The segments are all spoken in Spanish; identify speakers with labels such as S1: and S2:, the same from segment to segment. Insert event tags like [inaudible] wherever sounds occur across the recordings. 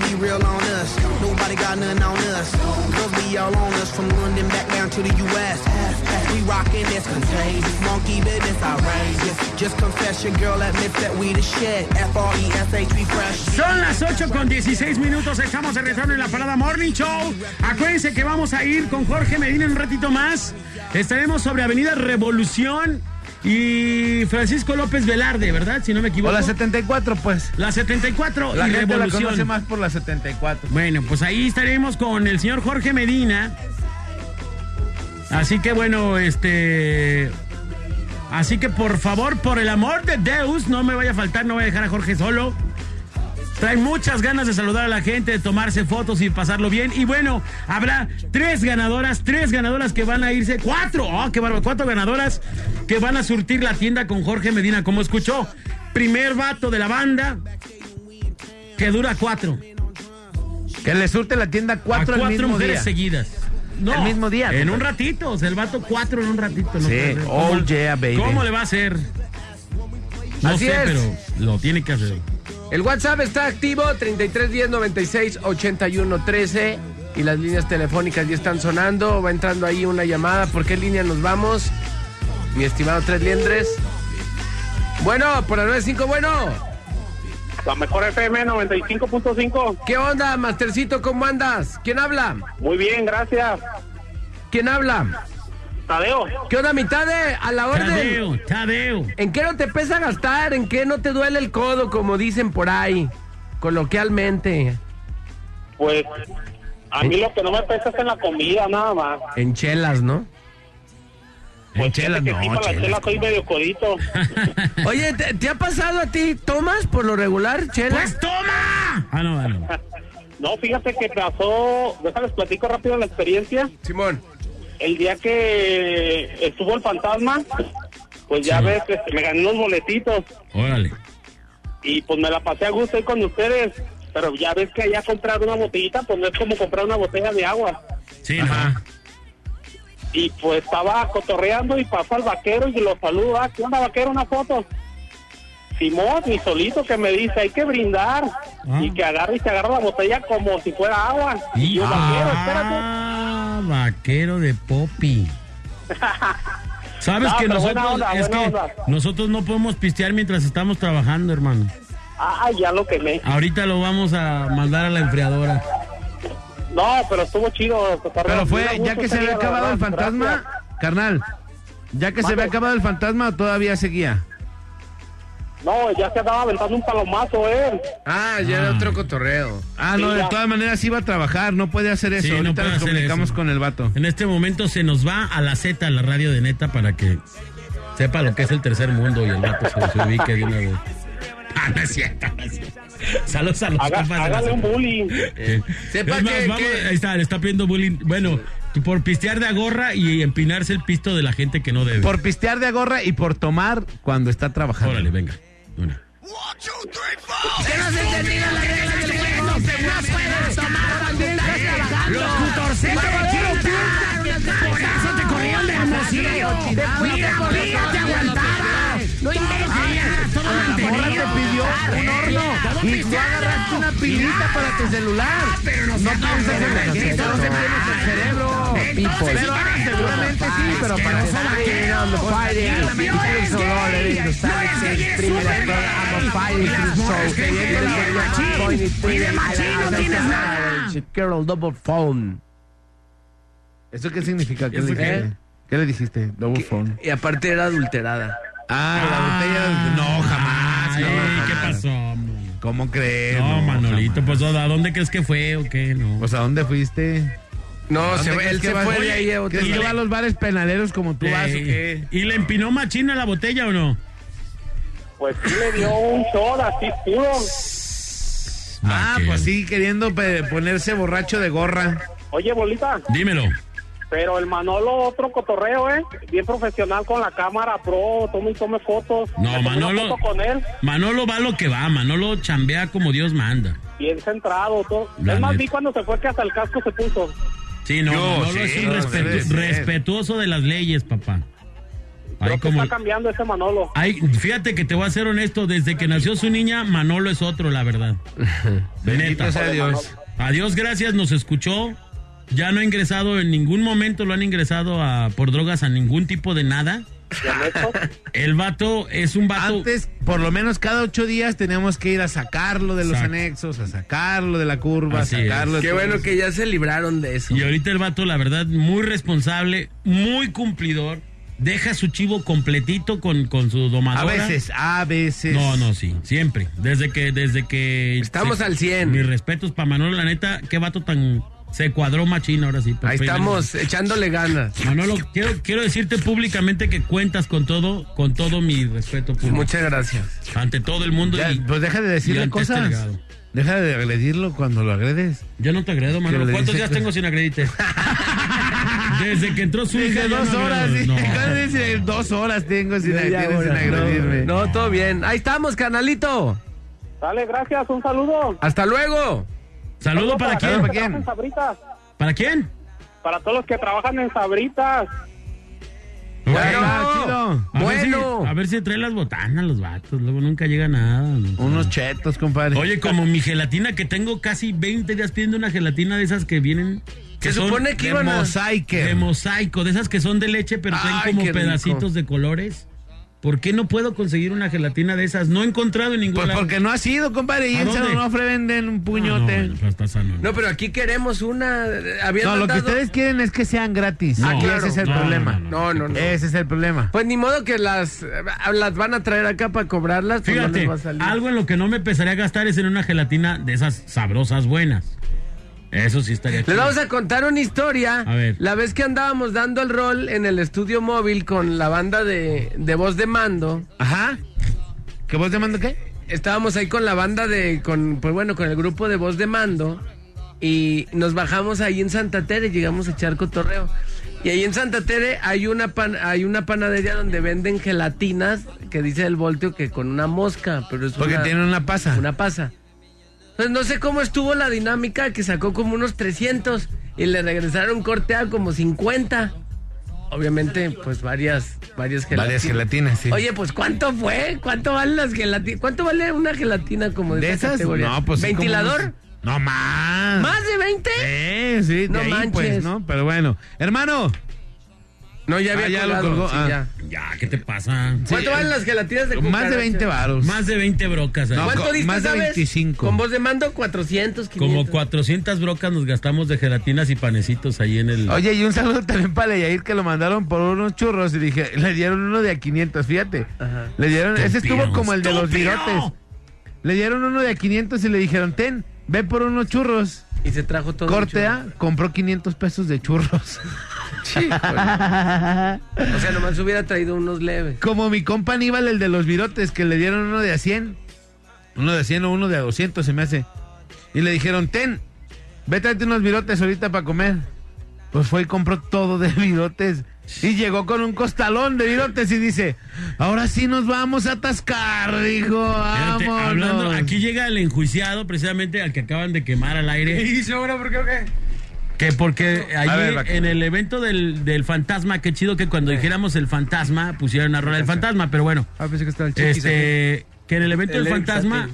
S1: be real on us. Nobody got nothing on us. Girls be all on us from London back down to the US. We rockin' this contagious. Monkey business outrageous. Just confess your girl admits that we the shit. F-R-E-S-H, we fresh.
S2: Son las 8 con 16 minutos, estamos de retorno en la parada Morning Show. Acuérdense que vamos a ir con Jorge Medina en un ratito más. Estaremos sobre Avenida Revolución y Francisco López Velarde, ¿verdad? Si no me
S3: O
S2: equivoco.
S3: la 74, pues.
S2: La 74
S3: La
S2: y
S3: gente la
S2: Revolución.
S3: conoce más por la 74.
S2: Bueno, pues ahí estaremos con el señor Jorge Medina. Así que bueno, este. Así que por favor, por el amor de Deus, no me vaya a faltar, no voy a dejar a Jorge solo. Traen muchas ganas de saludar a la gente, de tomarse fotos y pasarlo bien. Y bueno, habrá tres ganadoras, tres ganadoras que van a irse, cuatro, oh, qué bárbaro, cuatro ganadoras que van a surtir la tienda con Jorge Medina, como escuchó. Primer vato de la banda que dura cuatro.
S3: Que le surte la tienda cuatro
S2: A
S3: el mismo
S2: mujeres
S3: día.
S2: seguidas. No,
S3: El mismo día,
S2: En
S3: compadre.
S2: un ratito, o sea, el vato cuatro en un ratito. no
S3: Sí,
S2: puede ser.
S3: oh,
S2: ¿Cómo-
S3: yeah, baby.
S2: ¿Cómo le va a hacer? No
S3: Así
S2: sé,
S3: es.
S2: pero lo tiene que hacer.
S4: El WhatsApp está activo, 3310 96 81 13. Y las líneas telefónicas ya están sonando. Va entrando ahí una llamada. ¿Por qué línea nos vamos? Mi estimado Tres Liendres. Bueno, por la 95, bueno.
S5: La mejor FM 95.5.
S4: ¿Qué onda, Mastercito? ¿Cómo andas? ¿Quién habla?
S5: Muy bien, gracias.
S4: ¿Quién habla?
S5: Tadeo,
S4: ¿Qué onda, mitad de a la orden?
S2: Tadeo, Tadeo.
S4: ¿En qué no te pesa gastar? ¿En qué no te duele el codo, como dicen por ahí? Coloquialmente.
S5: pues a mí lo que no me pesa es en la comida nada más.
S4: En chelas, ¿no?
S5: Pues
S3: chelas,
S5: fíjate que
S3: no,
S5: sí, para la
S3: chelas,
S5: chela soy medio codito.
S4: Oye, ¿te, te ha pasado a ti? ¿Tomas por lo regular, chelas?
S2: ¡Pues toma! Ah, no, ah, no.
S5: No, fíjate que pasó, déjales platico rápido la experiencia.
S4: Simón.
S5: El día que estuvo el fantasma, pues ya
S2: Sí.
S5: ves, este, me gané unos boletitos
S2: Órale.
S5: y pues me la pasé a gusto ahí con ustedes. Pero ya ves que allá comprar una botellita, pues no es como comprar una botella de agua.
S2: Sí,
S3: Ajá.
S5: Y pues estaba cotorreando y pasó al vaquero y lo saluda. "Ah, ¿Qué onda, vaquero? Una foto. Simón, mi solito que me dice, hay que brindar.
S2: Ah.
S5: Y que agarra y se agarra la botella como si fuera agua.
S2: no.
S5: Y yo, vaquero, espérate.
S2: ah, vaquero de
S5: [laughs]
S2: Poppy. Sabes
S5: No,
S2: que
S5: pero buena
S2: nosotros
S5: onda,
S2: es
S5: buena
S2: que
S5: onda.
S2: nosotros no podemos pistear mientras estamos trabajando, hermano.
S5: Ah, ya lo quemé.
S2: Ahorita lo vamos a mandar a la enfriadora.
S5: No, pero estuvo chido. cotorreo. Me
S3: Pero
S5: dio
S3: fue, ya
S5: gusto
S3: que se
S5: sería,
S3: había
S5: la
S3: acabado el
S5: verdad.
S3: fantasma,
S5: Gracias.
S3: carnal. Ya que se había
S5: Mande.
S3: acabado el fantasma, ¿o todavía seguía.
S5: No, ya se andaba aventando un palomazo él.
S4: Ah, ya era otro cotorreo.
S3: Ah,
S5: Sí,
S3: no, de
S5: ya.
S3: todas maneras iba a trabajar, no puede hacer eso.
S2: Sí, no
S3: Ahorita
S2: puede
S3: nos
S2: hacer
S3: comunicamos
S2: eso.
S3: con el vato.
S2: En este momento se nos va a la Z, a la radio de neta, para que sepa lo que es el tercer mundo y el vato se, se ubique de una vez. Ah, no es cierto, no es cierto. Saludos a los
S5: Haga-
S2: compas de la
S5: hágale
S2: Z.
S5: un bullying.
S2: Eh,
S4: Sepa
S2: es más,
S4: que-
S2: vamos-
S4: que-
S2: Ahí está, le está pidiendo bullying. Bueno, tú por pistear de agorra y empinarse el pisto de la gente que no debe.
S3: Por pistear de agorra y por tomar cuando está trabajando.
S2: Órale, venga. Una.
S3: La morra te pidió un horno y tú agarraste una pilita para tu celular. Ah, Pero no piensas en la gente, no se tienes el cerebro. Pero ahora seguramente sí, pero para eso
S4: Girl double phone.
S3: ¿Eso qué significa? ¿Qué,
S2: ¿Eso
S3: le,
S2: qué?
S3: dijiste? ¿Qué le dijiste? Double phone.
S4: Y aparte era adulterada.
S3: Ah, la botella. No, jamás.
S2: Ay,
S3: no, jamás.
S2: ¿qué pasó? man?
S3: ¿Cómo crees?
S2: No, Manolito,
S3: jamás.
S2: pues ¿a dónde crees que fue o qué? No.
S3: Pues, ¿a dónde fuiste?
S4: No,
S3: ¿Dónde
S4: se,
S3: crees
S4: él
S3: que
S4: se
S3: vas?
S4: fue de ahí a
S3: Oye,
S4: otro
S3: ¿Crees que
S4: lado.
S3: va a los bares penaleros como tú vas o
S2: Eh,
S3: qué?
S2: ¿Y le empinó machina la botella o no?
S5: Pues sí le dio un shot así puro.
S3: Ah,
S2: Vaquero.
S3: pues sí, queriendo pe- ponerse borracho de gorra.
S5: Oye, bolita,
S2: Dímelo.
S5: pero el Manolo otro cotorreo, ¿eh? Bien profesional con la cámara pro, tome y tome fotos.
S2: No,
S5: Me tomé una
S2: Manolo.
S5: foto con él,
S2: Manolo va lo que va, Manolo chambea como Dios manda.
S5: bien centrado. Todo.
S2: La
S5: Es más,
S2: neta.
S5: vi cuando se fue que hasta el casco se puso.
S2: Sí, no,
S3: Yo,
S2: Manolo
S3: sí,
S2: es un
S3: no,
S2: respetu-
S3: debe ser.
S2: respetuoso de las leyes, papá. Ahí
S6: Creo que
S2: como-
S6: está cambiando ese Manolo.
S2: Ay, fíjate que te voy a ser honesto, desde que nació su niña, Manolo es otro, la
S5: [laughs]
S2: verdad.
S5: Bendito
S2: Neta.
S5: sea Dios.
S2: Adiós, gracias, nos escuchó. Ya no ha ingresado en ningún momento, lo han ingresado a, por drogas a ningún tipo de nada.
S6: Ya no esto.
S2: [laughs] El vato es un vato.
S3: Antes, por lo menos cada ocho días tenemos que ir a sacarlo de los
S2: Exacto.
S3: anexos, a sacarlo de la curva,
S2: Así
S3: a sacarlo. de
S4: Qué
S3: todo
S4: bueno
S3: eso.
S4: que ya se libraron de eso.
S2: Y ahorita el vato, la verdad, muy responsable, muy cumplidor. Deja su chivo completito con, con su
S3: A
S2: domadora.
S3: veces, a veces.
S2: No, no, sí, siempre. Desde que, desde que.
S4: Estamos al 100.
S2: Mis respetos para Manolo, la neta, qué vato tan. Se cuadró machín ahora sí. pues,
S4: Ahí estamos echándole ganas.
S2: Manolo, quiero, quiero decirte públicamente que cuentas con todo, con todo mi respeto público.
S4: Muchas gracias.
S2: Ante todo el mundo.
S3: Ya,
S2: y-
S3: pues deja de
S2: y
S3: decirle
S2: antes
S3: cosas.
S2: delgado.
S3: Deja de agredirlo cuando lo agredes.
S2: Yo no te agredo, Manolo.
S3: le
S2: ¿Cuántos
S3: dice
S2: días
S3: que-
S2: tengo sin agredite? Desde que entró su hija.
S3: Dice
S2: ya
S3: dos
S2: no
S3: horas.
S2: agredo.
S3: dice,
S2: No.
S3: ¿cuándo dice? dos horas tengo sin,
S4: Media
S3: tienes sin
S4: hora.
S3: agredirme.
S4: No, todo bien. Ahí estamos, canalito.
S6: Dale, gracias, un saludo.
S4: Hasta luego.
S2: Saludo para
S6: todos los
S2: quién.
S6: que trabajan en Sabritas.
S2: ¿Para quién?
S6: Para todos los que trabajan en Sabritas.
S4: Bueno,
S3: chido.
S2: A ver si-
S4: bueno.
S2: a ver si trae las botanas los vatos. Luego nunca llega nada. ¿no?
S3: Unos chetos, compadre.
S2: Oye, como mi gelatina, que tengo casi 20 días pidiendo una gelatina de esas que vienen. que
S4: Se
S2: son
S4: supone que
S3: de
S4: iban a...
S3: mosaico.
S2: De mosaico, de esas que son de leche, pero traen
S4: Ay,
S2: como
S4: qué rico.
S2: pedacitos de colores. ¿Por qué no puedo conseguir una gelatina de esas? No he encontrado en ningún
S3: Pues
S2: lado.
S3: porque no ha sido, compadre. Y
S2: ¿A
S3: en
S2: dónde?
S3: San Onofre venden un
S2: No,
S3: puñote.
S2: bueno, pues está sano.
S4: No, pero aquí queremos una... eh, habían
S3: No, lo que
S4: mandado-
S3: ustedes quieren es que sean gratis.
S2: No. Ah,
S3: Aquí
S2: claro.
S3: ese es el
S2: No,
S3: problema.
S4: No, no, no.
S3: Ese es el problema.
S4: Pues ni modo que las, eh, las van a traer acá para cobrarlas. pues no
S2: Fíjate,
S4: les va a salir.
S2: algo en lo que no me empezaría a gastar es en una gelatina de esas sabrosas buenas. Eso sí estaría
S4: Les
S2: chido.
S4: vamos a contar una historia.
S2: A ver.
S4: La vez que andábamos dando el rol en el estudio móvil con la banda de, de voz de mando,
S3: Ajá. ¿Qué vos te mando qué?
S4: estábamos ahí con la banda de, con, pues bueno, con el grupo de voz de mando y nos bajamos ahí en Santa Tere, llegamos a echar cotorreo. Y ahí en Santa Tere hay una, pan- hay una panadería donde venden gelatinas que dice el voltio que con una mosca, pero es
S3: Porque
S4: una,
S3: tiene una pasa.
S4: una pasa. Pues no sé cómo estuvo la dinámica que sacó como unos 300 y le regresaron corte a como 50. Obviamente, pues varias, varias gelatinas.
S3: Varias gelatinas, sí.
S4: Oye, pues ¿cuánto fue? ¿Cuánto valen las gelatinas? ¿Cuánto vale una gelatina como de,
S3: ¿de
S4: esa
S3: esas?
S4: categoría?
S3: No, pues. sí, como
S4: ¿Ventilador?
S3: unos- No más.
S4: ¿Más de 20?
S3: Eh, sí,
S4: No
S3: de ahí,
S4: manches.
S3: pues, ¿no? Pero bueno. Hermano.
S4: No, ya había
S3: Ah, ya lo
S4: colgado,
S3: colgó,
S4: sí,
S3: ah.
S4: ya.
S2: Ya, ¿qué te pasa?
S4: ¿Cuánto valen las gelatinas de
S3: Más de 20
S4: cucaracha?
S3: varos.
S2: Más de 20 brocas. ¿eh? ahí.
S3: No,
S4: ¿Cuánto
S3: co-
S4: diste
S3: más de
S4: esa vez?
S3: 25.
S4: Con voz de mando 400, 500.
S2: Como 400 brocas nos gastamos de gelatinas y panecitos ahí en el...
S3: Oye, y un saludo también para Yair que lo mandaron por unos churros y dije, le dieron uno de a 500, fíjate.
S4: Ajá.
S3: Le dieron, ese
S2: Estúpido,
S3: estuvo como el de los
S2: estúpido.
S3: virotes. Le dieron uno de a 500 y le dijeron, ten, ve por unos churros.
S4: Y se trajo todo.
S3: Corte
S4: mucho.
S3: A, compró 500 pesos de churros.
S4: [laughs] O sea, nomás hubiera traído unos leves.
S3: Como mi compa Aníbal, el de los virotes, que le dieron uno de a 100. Uno de a 100 o uno de a 200 se me hace. Y le dijeron, ten, ve tráete unos virotes ahorita para comer. Pues fue y compró todo de [laughs] virotes. Y llegó con un costalón de virotes y dice, ahora sí nos vamos a atascar, dijo.
S2: Fíjate,
S3: Vamos.
S2: hablando, aquí llega el enjuiciado, precisamente al que acaban de quemar al aire.
S4: hizo ahora? ¿Por qué o qué?
S2: Que porque allí
S3: ver, Vaca.
S2: en el evento del, del fantasma, qué chido que cuando dijéramos el fantasma pusieron una rola del fantasma, pero bueno.
S5: Ah, pensé que estaba el chiquis aquí.
S2: Este, que en el evento
S4: El
S2: del
S4: Eric
S2: fantasma,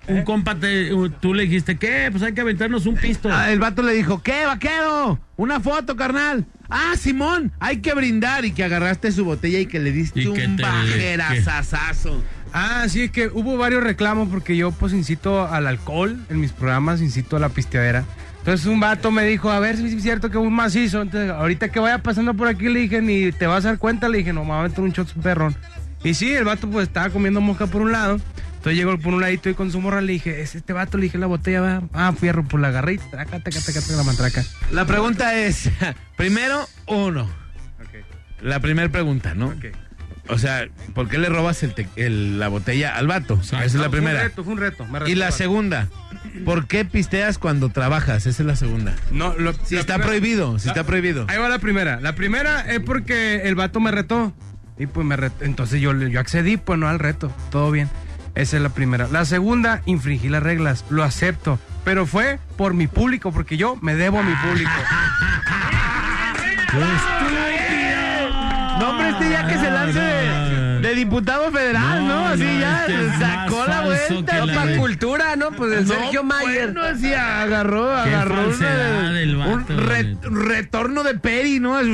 S4: Satie.
S2: un compa, te- tú le dijiste, ¿qué? Pues hay que aventarnos un pisto.
S3: Ah, El vato le dijo, ¿qué, vaquero? Una foto, carnal. Ah, Simón, hay que brindar. Y que agarraste su botella y que le diste
S2: Y que
S3: un
S2: te-
S3: bajerazazazo.
S5: Ah, sí, es que hubo varios reclamos porque yo pues incito al alcohol en mis programas, incito a la pisteadera. Entonces un vato me dijo, a ver si es cierto que un macizo. Entonces ahorita que vaya pasando por aquí le dije, ni te vas a dar cuenta, le dije, no, me voy a meter un shot perrón. Y sí, el vato pues estaba comiendo mosca por un lado. Entonces llegó por un ladito y con su morra le dije, es este vato, le dije la botella, va. Ah, fierro, pues la agarré y traca, taca, taca, taca, la matraca.
S3: La pregunta es, [laughs] primero uno. La primera pregunta, ¿no? O sea, ¿por qué le robas el te- el- la botella al vato? Esa es la
S5: Fue un
S3: primera.
S5: reto, fue un reto. me
S3: Y
S5: retó
S3: la
S5: el vato.
S3: segunda, ¿por qué pisteas cuando trabajas? Esa es la segunda.
S5: No, lo-
S3: Si
S5: la
S3: está
S5: primera-
S3: prohibido, si
S5: la-
S3: está prohibido.
S5: Ahí va la primera. La primera es porque el vato me retó. Y pues me retó. Entonces yo, le- yo accedí, pues no al reto. Todo bien. Esa es la primera. La segunda, infringí las reglas. Lo acepto. Pero fue por mi público, porque yo me debo a mi público.
S3: No, hombre, este ya que se lance de, de diputado federal,
S2: Ah. No,
S3: ¿no? Así
S2: no,
S3: ya
S2: este es
S3: sacó
S2: más
S3: la
S2: falso
S3: vuelta.
S2: que
S3: No,
S2: la
S3: pa'
S2: de-
S3: cul-
S4: Cultura, ¿no? Pues el Sergio Mayer.
S3: Bueno, así agarró, agarró una-
S2: falsedad el vato,
S3: un re-
S2: neta.
S3: retorno de peri, ¿no? Así,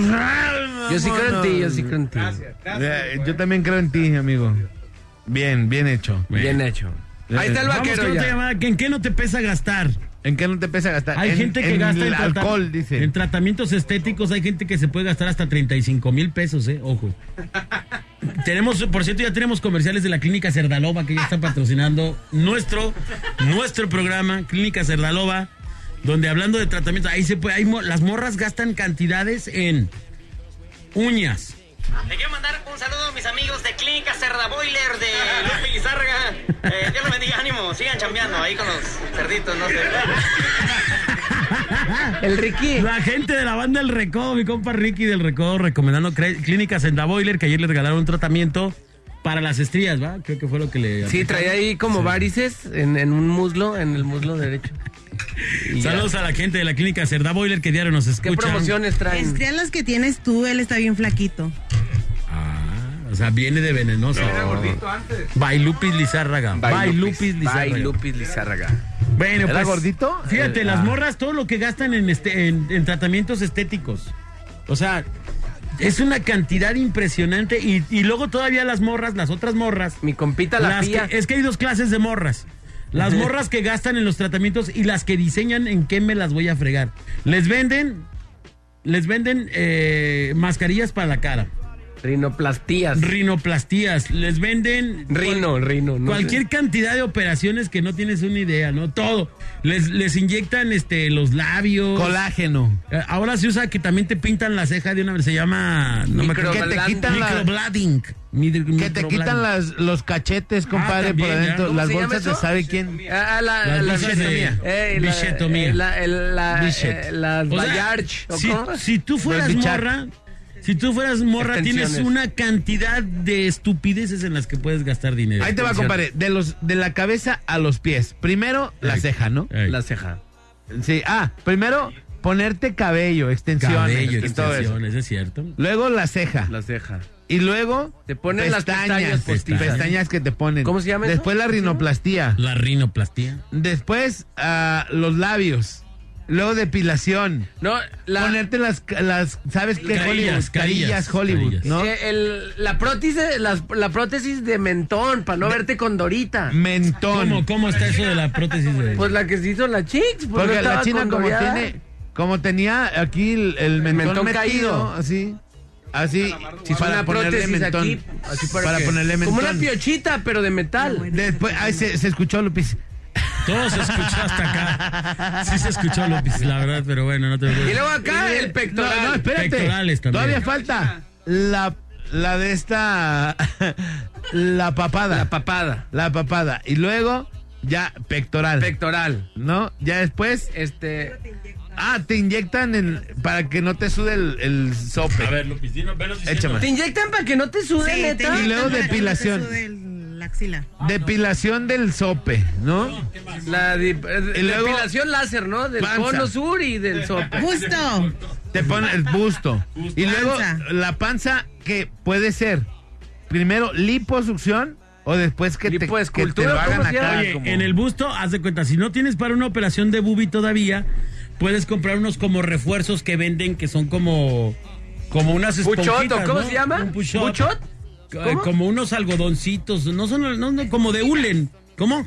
S4: Yo sí creo en ti, yo sí creo en ti.
S3: Eh,
S4: pues.
S3: Yo también creo en ti, amigo. Bien, bien hecho.
S4: Bien hecho. Ahí está el
S2: Vamos
S4: vaquero
S2: con otra
S4: ya.
S2: llamada. ¿En qué no te pesa gastar?
S3: ¿En qué no te pesa gastar?
S2: Hay
S3: En-
S2: gente que
S3: en
S2: gasta
S3: el
S2: en trata-
S3: alcohol, dice.
S2: En tratamientos estéticos hay gente que se puede gastar hasta 35 mil pesos, eh.
S3: [laughs]
S2: Ojo. tenemos, por cierto, ya tenemos comerciales de la Clínica Cerdalova que ya está patrocinando nuestro, nuestro programa, Clínica Cerdalova, donde hablando de tratamientos, ahí se puede, ahí mo- las morras gastan cantidades en uñas.
S7: Le quiero mandar un saludo a mis amigos de Clínica Cerda Boiler de Lupe Lizárraga. Eh, Dios los bendiga, ánimo. Sigan chambeando ahí con los cerditos, no sé.
S4: El Ricky.
S2: La gente de la banda El Recodo, mi compa Ricky del Recodo, recomendando cre- Clínica Senda Boiler, que ayer le regalaron un tratamiento para las estrías, ¿va? Creo que fue lo que le...
S4: Sí, traía ahí como varices en, en un muslo, en el muslo derecho. Y ya.
S2: Saludos a la gente de la Clínica Cerda Boiler que diario nos
S4: ¿Qué
S2: escucha.
S4: promociones traen?
S8: Estrías las que tienes tú, él está bien flaquito.
S2: Ah, o sea, viene de venenosa. Bailupis Lizárraga. Bailupis Lizárraga.
S4: Bailupis Lizárraga.
S2: Bueno,
S3: ¿Era
S2: pues,
S3: gordito?
S2: Fíjate,
S3: Eh,
S2: las
S3: ah.
S2: morras, todo lo que gastan en, este, en, en tratamientos estéticos. O sea, es una cantidad impresionante. Y, y luego todavía las morras, las otras morras.
S4: Mi compita la
S2: las
S4: pía.
S2: que- eh, es que hay dos clases de morras. Las morras que gastan en los tratamientos y las que diseñan en qué me las voy a fregar. Les venden, les venden eh, mascarillas para la cara,
S4: Rinoplastías.
S2: rinoplastías, les venden
S4: Rino, rino. no
S2: cualquier
S4: sé.
S2: cantidad de operaciones que no tienes una idea, ¿no? Todo. Les, les inyectan este los labios.
S3: Colágeno.
S2: Eh, Ahora se usa que también te pintan la ceja de una vez. Se llama no me acuerdo,
S3: Que te
S4: Microblando.
S3: quitan, la-
S2: microblading. Micro-
S3: que te quitan
S2: microblading.
S3: las, los
S4: Ah,
S3: cachetes, compadre,
S2: también,
S3: por
S2: ya.
S3: adentro.
S2: ¿Cómo
S3: Las
S4: se llama
S3: bolsas de
S4: eso?
S3: sabe quién.
S4: Ah, ah, la,
S2: Las
S4: la
S2: bichas de-
S4: Eh, la-
S2: bichetomía.
S4: eh, La, el- la,
S2: Bichet.
S4: eh, las
S2: O sea,
S4: Bayarch, ¿o
S2: si,
S4: cómo?
S2: si tú fueras
S3: Las Bichar.
S2: morra, si tú fueras morra,
S4: Extensiones.
S2: tienes una cantidad de estupideces en las que puedes gastar dinero.
S3: Ahí te va, compadre. De, los, de la cabeza a los pies. Primero, la
S2: Ey.
S3: ceja, ¿no?
S2: Ey.
S4: La ceja.
S3: Sí. Ah, primero, ponerte cabello, extensiones.
S2: Cabello,
S3: y todo eso.
S2: extensiones, es cierto.
S3: Luego, la ceja.
S4: La ceja.
S3: Y luego,
S4: Te ponen las pestañas
S2: postizas.
S3: Pestañas que te ponen.
S4: ¿Cómo se llama eso?
S3: Después, la rinoplastía.
S2: La rinoplastía.
S3: Después, ah, los labios. Luego, depilación.
S4: No, la,
S3: Ponerte las, las ¿sabes qué?
S2: Carillas,
S3: Hollywood.
S2: carillas,
S3: Carillas, Hollywood,
S2: carillas.
S3: ¿no?
S4: eh, el- la, prótesis, las- la prótesis de mentón, para no verte con Dorita.
S3: Mentón.
S2: ¿Cómo, ¿Cómo está eso de la prótesis de.?
S4: Pues la que se hizo la chicks. Pues no
S3: Porque la
S4: estaba
S3: china como
S4: condoreada.
S3: tiene, como tenía aquí el, el mentón,
S4: mentón
S3: metido,
S4: caído.
S3: así, así,
S4: Se hizo
S3: para
S4: una
S3: ponerle
S4: prótesis
S3: mentón,
S4: aquí. así
S3: para,
S4: para, que-
S3: ponerle mentón.
S4: Como una piochita, pero de metal.
S3: Después, ay, se, se escuchó Lupis.
S2: Todo se escuchó hasta acá. Sí se escuchó, López, la verdad, pero bueno, no te
S4: Y
S2: preocupes.
S4: luego acá el pectoral.
S3: No, no, espérate.
S2: Pectorales también.
S3: Todavía falta la, la de esta, [laughs] la papada, la,
S4: Papada.
S3: papada, y luego ya pectoral,
S4: Pectoral.
S3: ¿no? Ya después,
S4: Este.
S3: ah, te inyectan en, para que no te sude el, el sope.
S2: A ver, López, dinos, venos diciendo.
S3: Échame.
S4: Te inyectan para que no te sude,
S8: Sí, te
S4: neta.
S8: inyectan
S3: Y luego
S8: para que no te
S3: depilación.
S8: sude el- La axila.
S3: Depilación del sope, ¿no?
S4: La di- eh,
S3: Y luego-
S4: depilación láser, ¿no? Del
S3: Panza.
S4: cono sur y
S3: [laughs]
S4: del sope.
S8: Justo.
S3: Te pone el busto. Y luego
S8: Panza.
S3: la panza que puede ser primero liposucción o después que, te, que te
S4: Lipoescultura,
S3: lo hagan
S4: ¿cómo se llama?
S3: acá.
S2: Oye,
S3: como-
S2: en el busto, haz de cuenta, si no tienes para una operación de bubi todavía, puedes comprar unos como refuerzos que venden que son como como unas esponjitas,
S4: Puchot, ¿o ¿cómo
S2: ¿no?
S4: se llama?
S2: Un puchot.
S4: ¿Puchot?
S2: Eh,
S4: ¿Cómo?
S2: Como unos algodoncitos, no son no, no, como de hulen, ¿cómo?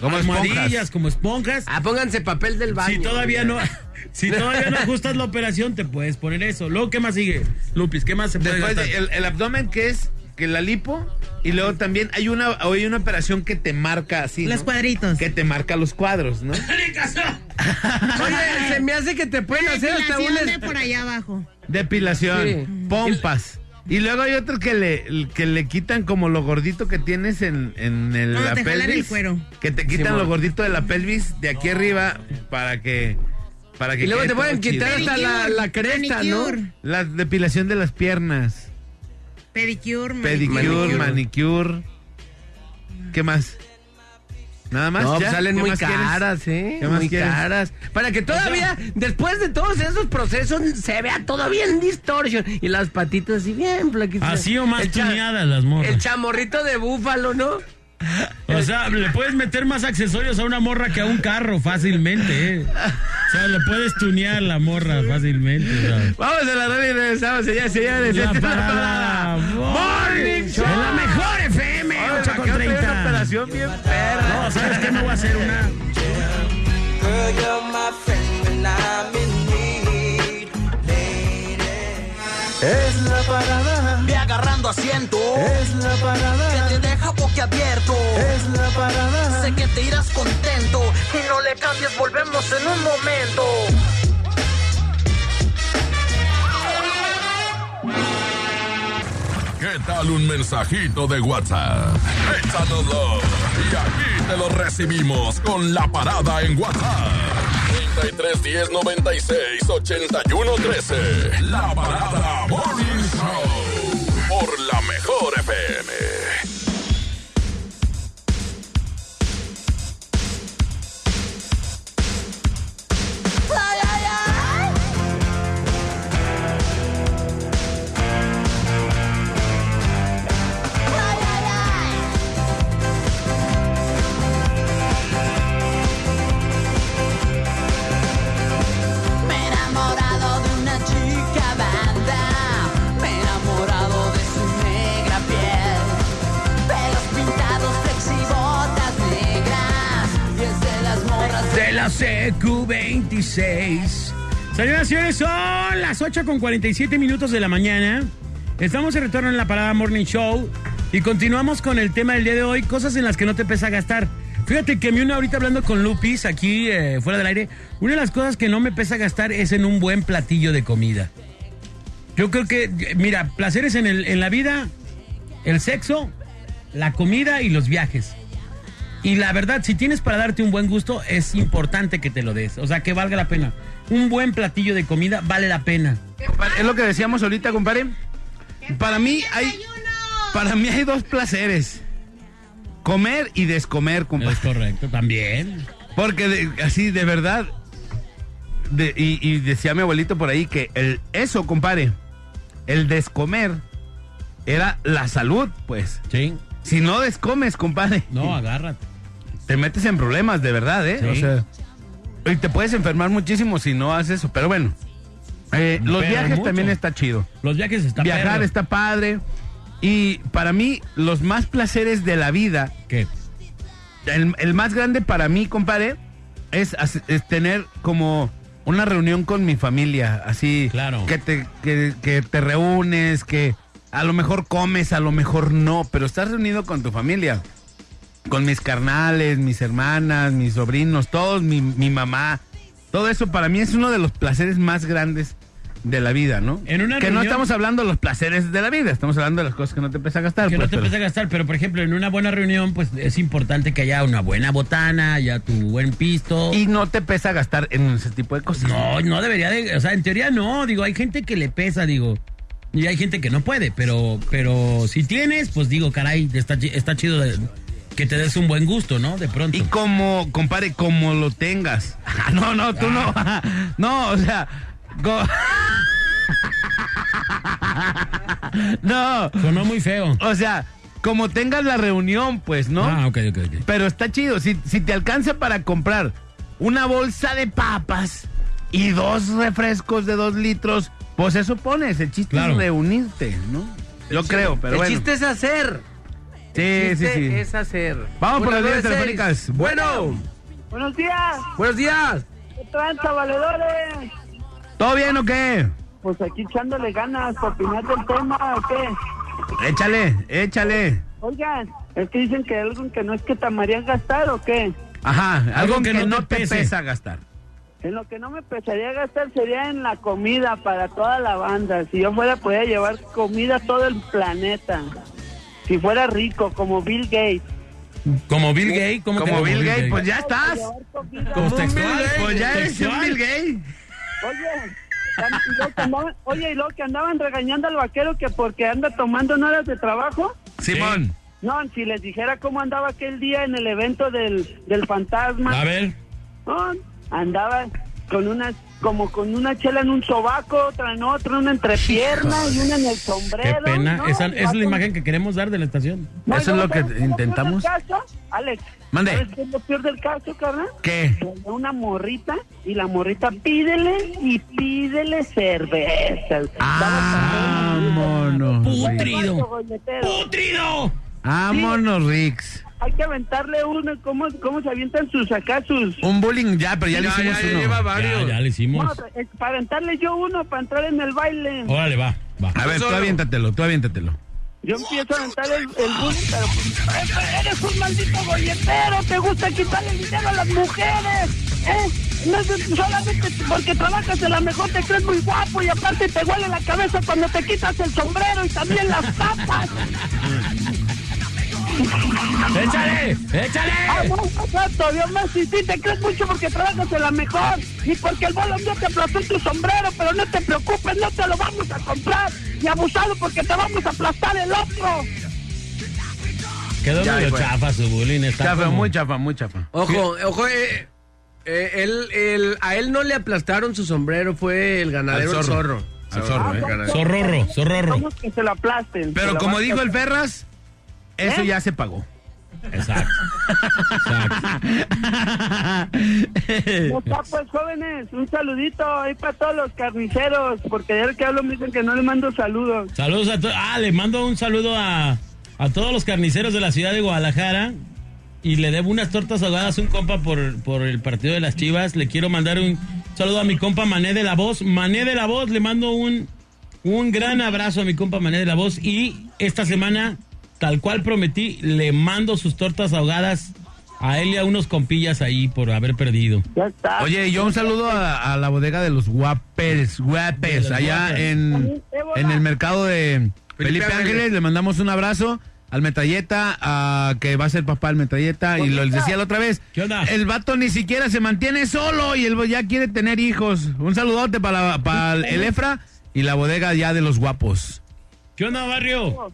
S3: como
S2: Almohadillas, como esponjas.
S4: Ah, pónganse papel del baño.
S2: Si todavía no [laughs] si todavía no ajustas la operación, te puedes poner eso. Luego, ¿qué más sigue? Lupis, ¿qué más se puede
S3: Después
S2: gastar?
S3: de- el, el abdomen que es que la lipo y luego también hay una hay una operación que te marca así, ¿no?
S8: Los cuadritos.
S3: Que te marca los cuadros, ¿no?
S4: Oye, se me hace que te pueden hacer hasta un.
S8: Depilación ¿eh?
S4: es-
S8: de por allá abajo.
S3: Depilación,
S4: Sí.
S3: pompas. Y luego hay otro que le, que le quitan como lo gordito que tienes en, en el,
S8: No,
S3: la
S8: te jalan
S3: pelvis.
S8: el cuero.
S3: Que te quitan
S4: Simón.
S3: lo gordito de la pelvis de aquí arriba para que. Para que
S4: Y luego
S3: quede
S4: te pueden
S3: todo chido.
S4: quitar hasta la,
S8: Manicure,
S4: la cresta, ¿no?
S8: manicure,
S3: La depilación de las piernas.
S8: Pedicure, manicure.
S3: Pedicure, manicure. ¿Qué más? Nada más.
S4: No,
S3: ya.
S4: pues salen
S3: ¿Qué
S4: muy
S3: más quieres?
S4: caras, ¿eh?
S3: ¿Qué más
S4: muy
S3: quieres?
S4: caras. Para que todavía, después de todos esos procesos, se vea todo bien distorsión. Y las patitas así bien flaquitas.
S2: Así o más
S4: El cha-
S2: tuneadas las morras.
S4: El chamorrito de búfalo, ¿no?
S2: O sea, le puedes meter más accesorios a una morra que a un carro fácilmente, ¿eh? O sea, le puedes tunear la morra fácilmente. o sea.
S3: Vamos a la radio y regresamos, señores, señores.
S2: La
S3: Esta es la
S2: parada.
S3: parada.
S2: Morning
S3: Morning
S2: Show.
S3: Show.
S2: Es la mejor
S3: FM.
S2: ocho con treinta.
S3: una operación bien perra.
S2: No, ¿sabes qué? Me voy a hacer una.
S9: Es la parada,
S1: Ve agarrando asiento.
S9: es la
S1: Que
S9: parada,
S1: te deja boquiabierto.
S9: es la parada.
S1: Sé que te irás contento. Y no le cambies, volvemos en un momento.
S10: ¿Qué tal un mensajito de WhatsApp? Échanoslo. Y aquí te lo recibimos con la parada en WhatsApp. 33 10 96 81 13. La parada Morning Show. Por la mejor FM.
S11: Me he enamorado de una chica banda, me he enamorado de su negra piel, pelos pintados, flexibotas negras, y es de las morras de
S2: la CQ26. Señoras y señores, son las 8 con 47 minutos de la mañana. Estamos de retorno en la parada Morning Show y continuamos con el tema del día de hoy, cosas en las que no te pesa gastar. Fíjate que mi una ahorita hablando con Lupis aquí eh, fuera del aire, una de las cosas que no me pesa gastar es en un buen platillo de comida. Yo creo que, eh, mira, placeres en, el- en la vida, el sexo, la comida y los viajes. Y la verdad, si tienes para darte un buen gusto, es importante que te lo des. O sea, que valga la pena. Un buen platillo de comida vale la pena.
S3: Es lo que decíamos ahorita, compadre. Para mí hay para mí hay dos placeres. Comer y descomer, compadre.
S2: Es correcto, también.
S3: Porque de- así, de verdad. de- y, y decía mi abuelito por ahí que el, eso, compadre, el descomer era la salud, pues.
S2: Sí.
S3: Si no descomes, compadre,
S2: No, agárrate.
S3: te metes en problemas, de verdad, ¿eh?
S2: Sí.
S3: O sea, y te puedes enfermar muchísimo si no haces eso. Pero bueno, eh, los
S2: Pero
S3: viajes
S2: mucho.
S3: también está chido.
S2: Los viajes están
S3: Viajar
S2: perros.
S3: está padre. Y para mí, los más placeres de la vida
S2: ¿Qué?
S3: el, el más grande para mí, compadre, es, as- es tener como una reunión con mi familia, así.
S2: Claro.
S3: Que te, que, que te reúnes, que a lo mejor comes, a lo mejor no, pero estás reunido con tu familia. Con mis carnales, mis hermanas, mis sobrinos, todos, mi, mi mamá. Todo eso para mí es uno de los placeres más grandes de la vida, ¿no?
S2: En una
S3: que no
S2: reunión-
S3: estamos hablando de los placeres de la vida, estamos hablando de las cosas que no te pesa gastar.
S2: Que no
S3: pues,
S2: te
S3: pero-
S2: empieza a gastar, pero por ejemplo, en una buena reunión, pues es importante que haya una buena botana, ya tu buen pisto.
S3: Y no te pesa gastar en ese tipo de cosas.
S2: No, no debería de. O sea, en teoría no. Digo, hay gente que le pesa, digo. Y hay gente que no puede, pero, pero si tienes, pues digo, caray, está, chi- está chido de- que te des un buen gusto, ¿no? De pronto.
S3: Y como, compadre, como lo tengas. [laughs] No, no, tú no. [laughs] No, o sea. co- [laughs] No,
S2: Sonó muy feo.
S3: o sea, como tengas la reunión, pues, ¿no?
S2: Ah, ok, ok, ok.
S3: Pero está chido. Si, si te alcanza para comprar una bolsa de papas y dos refrescos de dos litros, pues eso pones. El chiste
S2: Claro.
S3: es reunirte, ¿no? Yo creo, pero
S4: el
S3: bueno.
S4: chiste es hacer.
S3: sí,
S4: El
S3: sí,
S4: chiste
S3: sí.
S4: es hacer.
S3: Vamos por
S4: Una,
S3: las líneas
S4: dos, seis.
S3: telefónicas.
S4: Bueno,
S6: Buenos días,
S4: buenos días.
S6: ¿qué tranza, valedores?
S3: ¿Todo bien o qué?
S6: Pues aquí echándole ganas para opinar del tema, ¿o qué?
S3: Échale, échale.
S6: Oigan, es que dicen que algo que no es que te amarían gastar, ¿o qué?
S3: Ajá, algo,
S2: que
S3: que,
S2: no
S3: no,
S2: te
S3: te,
S2: pese.
S3: pesa gastar.
S6: En lo que no me pesaría gastar sería en la comida para toda la banda. Si yo fuera, podría llevar comida a todo el planeta. Si fuera rico, como Bill Gates.
S2: Como Bill Gates, ¿cómo te
S3: Como
S2: llamas?
S3: Bill Gates, pues ya
S6: Para
S3: estás.
S6: llevar comida.
S2: Como
S3: Bill
S2: textual,
S3: Gates, pues ya eres
S2: textual.
S3: un Bill Gates.
S6: Oye, y luego que andaban- Oye, y luego que andaban regañando al vaquero que porque anda tomando en horas de trabajo.
S3: Simón.
S6: No, si les dijera cómo andaba aquel día en el evento del, del fantasma.
S2: A ver.
S6: No, andaba con una como con una chela en un sobaco, otra en otra,
S2: [laughs]
S6: una entrepierna y una en el
S2: Qué
S6: sombrero.
S2: pena.
S6: No,
S2: esa, esa es la
S6: vato,
S2: imagen que queremos dar de la estación.
S6: No, y luego, ¿sabes qué es lo peor del caso? Alex.
S2: Mande.
S6: ¿sabes qué es lo peor del caso, carnal?
S3: ¿Qué?
S6: Traía Una morrita y la morrita pídele y pídele cerveza.
S3: Vámonos.
S6: Putrido.
S2: ¡Putrido!
S3: Vámonos, Rix.
S6: Hay que aventarle uno. ¿Cómo, cómo se avientan sus acá sus-
S3: Un bullying ya, pero ya le
S6: Ya,
S3: hicimos
S6: ya, ya
S3: uno.
S6: lleva
S2: varios. Ya, ya le hicimos.
S6: No, eh, para aventarle yo uno, para entrar en el baile.
S2: Órale, va. va.
S3: A ver, tú aviéntatelo, tú aviéntatelo.
S6: Yo empiezo a aventar el, el bullying, pero pues, eres un maldito golletero, te gusta quitarle dinero a las mujeres, ¿eh? No es solamente porque trabajas en la mejor te crees muy guapo y aparte te huele la cabeza cuando te quitas el sombrero y también las tapas.
S2: ¡Échale! ¡Échale!
S6: Ah, no, exacto, Dios mío, sí, sí, te crees mucho porque trabajas en la mejor y porque el bolón no te aplastó en tu sombrero, pero no te preocupes, no te lo vamos a comprar ni abusado porque te vamos a aplastar el otro.
S2: Quedó
S4: Ya,
S2: medio
S4: güey.
S2: pues. chafa su bullying. Está
S3: Chafa,
S2: como-
S3: muy chafa, muy chafa.
S4: Ojo, ojo, eh, eh, él, él- a él no le aplastaron su sombrero, fue el ganadero
S3: Al
S4: el
S3: zorro.
S4: zorro.
S3: Al zorro, eh.
S4: el ganadero.
S2: Zorrorro, zorrorro.
S6: Vamos Ah, que se lo aplasten.
S3: Pero como dijo el Ferras, eso
S6: ¿Eh?
S3: ya se [laughs] pagó.
S2: Exacto. [laughs]
S6: ¿Cómo está, pues, jóvenes? Un saludito ahí para todos los carniceros, porque ayer que hablo me dicen que no les mando saludos.
S2: Saludos a todos. Ah, le mando un saludo a, a todos los carniceros de la ciudad de Guadalajara. Y le debo unas tortas ahogadas a un compa por, por el partido de las Chivas. Le quiero mandar un saludo a mi compa Mané de la Voz. Mané de la Voz, le mando un, un gran abrazo a mi compa Mané de la Voz. Y esta semana, tal cual prometí, le mando sus tortas ahogadas a él y a unos compillas ahí por haber perdido.
S6: Ya está.
S3: Oye, y yo un saludo a, a la bodega de los guapes,
S2: De
S3: guapes,
S2: los
S3: allá
S2: guapes.
S3: en, en el mercado de Felipe
S4: Ángeles.
S3: Ángeles. Le mandamos un abrazo al Metalleta, a, que va a ser papá al Metalleta. Y lo les decía la otra vez,
S2: ¿Qué onda?
S3: el vato ni siquiera se mantiene solo y él ya quiere tener hijos. Un saludote para, la- para el- el Efra y la bodega ya de los guapos.
S2: ¿Qué onda, barrio?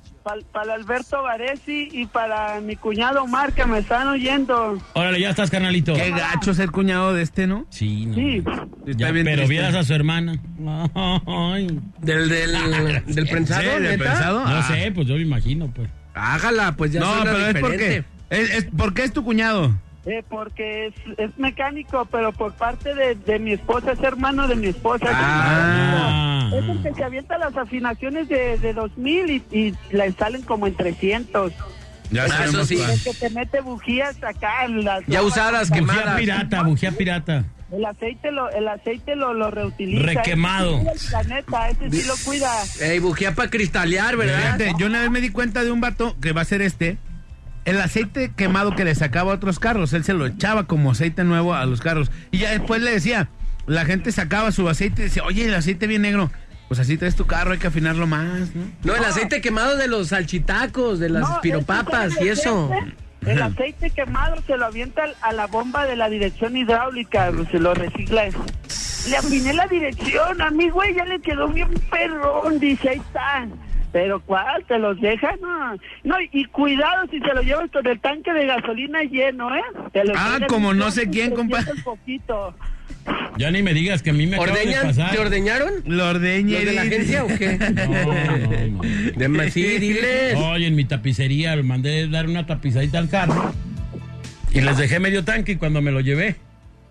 S6: Para Alberto Varesi y para mi cuñado Omar, que me están oyendo.
S2: Órale, ya estás, carnalito.
S3: Qué gacho ser cuñado de este, ¿no?
S2: Sí, no.
S6: Sí.
S2: Ya,
S3: Está bien
S2: pero
S3: triste.
S2: vieras a su hermana. Ay.
S4: Del,
S3: [laughs]
S4: del, del prensado,
S3: Ah, ¿Sí? ¿Del
S4: ¿neta?
S3: prensado?
S2: No
S3: Ah.
S2: sé, pues yo me imagino, pues.
S4: Ájala, pues ya
S3: No,
S4: suena
S3: pero es
S4: diferente.
S3: porque es, es porque es tu cuñado.
S6: Eh, porque es, es mecánico, pero por parte de, de mi esposa, es hermano de mi esposa. es
S2: Ah.
S6: hermano. Es el que se avienta las afinaciones de, de 2000 y, y le salen como en 300.
S3: Ya
S4: Ah, eso sí.
S6: El que te mete bujías acá en las...
S4: Ya usadas,
S2: Bujía
S4: quemadas.
S2: pirata, bujía pirata.
S6: El aceite lo, el aceite lo, lo reutiliza.
S2: Requemado.
S6: Ese sí cuida el planeta, ese sí lo cuida.
S4: Ey, bujía para cristalear, ¿verdad?
S3: Fíjate, yo una vez me di cuenta de un vato que va a ser este. El aceite quemado que le sacaba a otros carros, él se lo echaba como aceite nuevo a los carros. Y ya después le decía, la gente sacaba su aceite y decía, oye, el aceite bien negro. Pues así traes tu carro, hay que afinarlo más, ¿no?
S4: No, el aceite quemado de los salchitacos, de las
S6: No,
S4: piropapas
S6: ese
S4: y
S6: sí
S4: eso.
S6: existe. El aceite quemado se lo avienta al- a la bomba de la dirección hidráulica, se lo recicla eso. Le afiné la dirección, a mi güey ya le quedó bien perrón, dice, ahí está. Pero cuál, te los deja, no. No, y, y cuidado si se lo llevas con el tanque de gasolina lleno, ¿eh? Te lo
S3: Ah,
S6: cargan
S3: como no
S6: un
S4: pues,
S3: sé quién, compa.
S6: 300 poquito.
S2: Ya ni me digas que a mí me acaba de
S4: ¿Ordeñan?
S2: pasar.
S4: ¿Te ordeñaron?
S3: Lo ordeñé.
S4: ¿Los de la
S3: dice.
S4: agencia o qué?
S2: No, no, no.
S4: De ma- sí, diles.
S2: Oye, en mi tapicería le mandé dar una tapizadita al carro. Y les dejé medio tanque y cuando me lo llevé,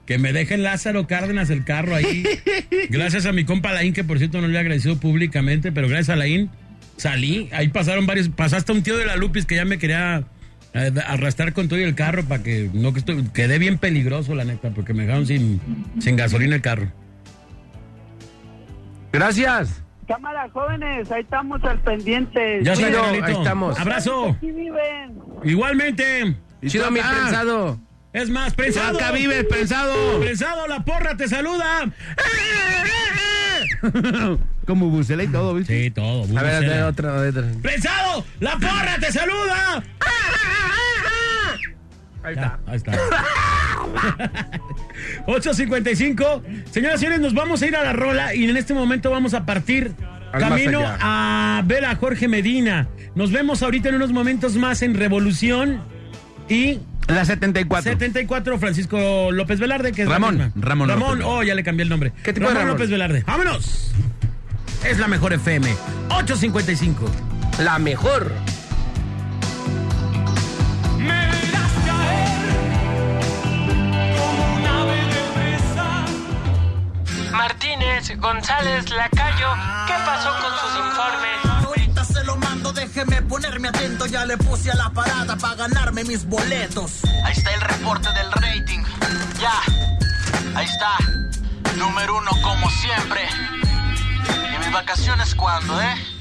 S2: que me dejen Lázaro Cárdenas el carro ahí. Gracias a mi compa Laín, que por cierto no le he agradecido públicamente, pero gracias a Laín salí. Ahí pasaron varios. Pasaste un tío de la Lupis que ya me quería eh, arrastrar con todo y el carro para que no que estu- quedé bien peligroso, la neta, porque me dejaron sin, sin gasolina el carro.
S4: Gracias.
S6: Cámara, jóvenes, ahí estamos al pendiente.
S2: Ya está,
S4: Chido,
S2: carnalito.
S4: ahí estamos.
S2: Abrazo.
S6: Aquí viven.
S2: Igualmente.
S4: Chido mi prensado.
S2: Es más, prensado.
S3: Acá vive el prensado.
S2: Prensado, la porra te saluda.
S3: [laughs] como bucela y todo, ¿viste?
S2: Sí, todo.
S4: A ver, a ver,
S2: bubucela.
S4: otra, otra.
S2: Prensado, la porra te saluda.
S4: Ahí
S2: Ya, ahí está. [laughs] 8.55. Señoras y señores, nos vamos a ir a la rola y en este momento vamos a partir
S4: Al más
S2: Camino
S4: allá.
S2: a ver a Jorge Medina. Nos vemos ahorita en unos momentos más en Revolución y...
S3: La 74.
S2: 74, Francisco López Velarde, que es la
S3: Ramón,
S2: misma.
S3: Ramón
S2: Ramón,
S3: López.
S2: oh, ya le cambié el nombre.
S3: ¿Qué tipo de Ramón?
S2: López Velarde. ¡Vámonos! Es la mejor FM. 855.
S4: La mejor.
S6: Martínez, González, Lacayo, ¿qué pasó con sus informes?
S12: Ahorita se lo mando, déjeme ponerme atento. Ya le puse a la parada para ganarme mis boletos.
S1: Ahí está el reporte del rating. Ya. Ahí está. Número uno como siempre. ¿Y mis vacaciones cuándo, eh?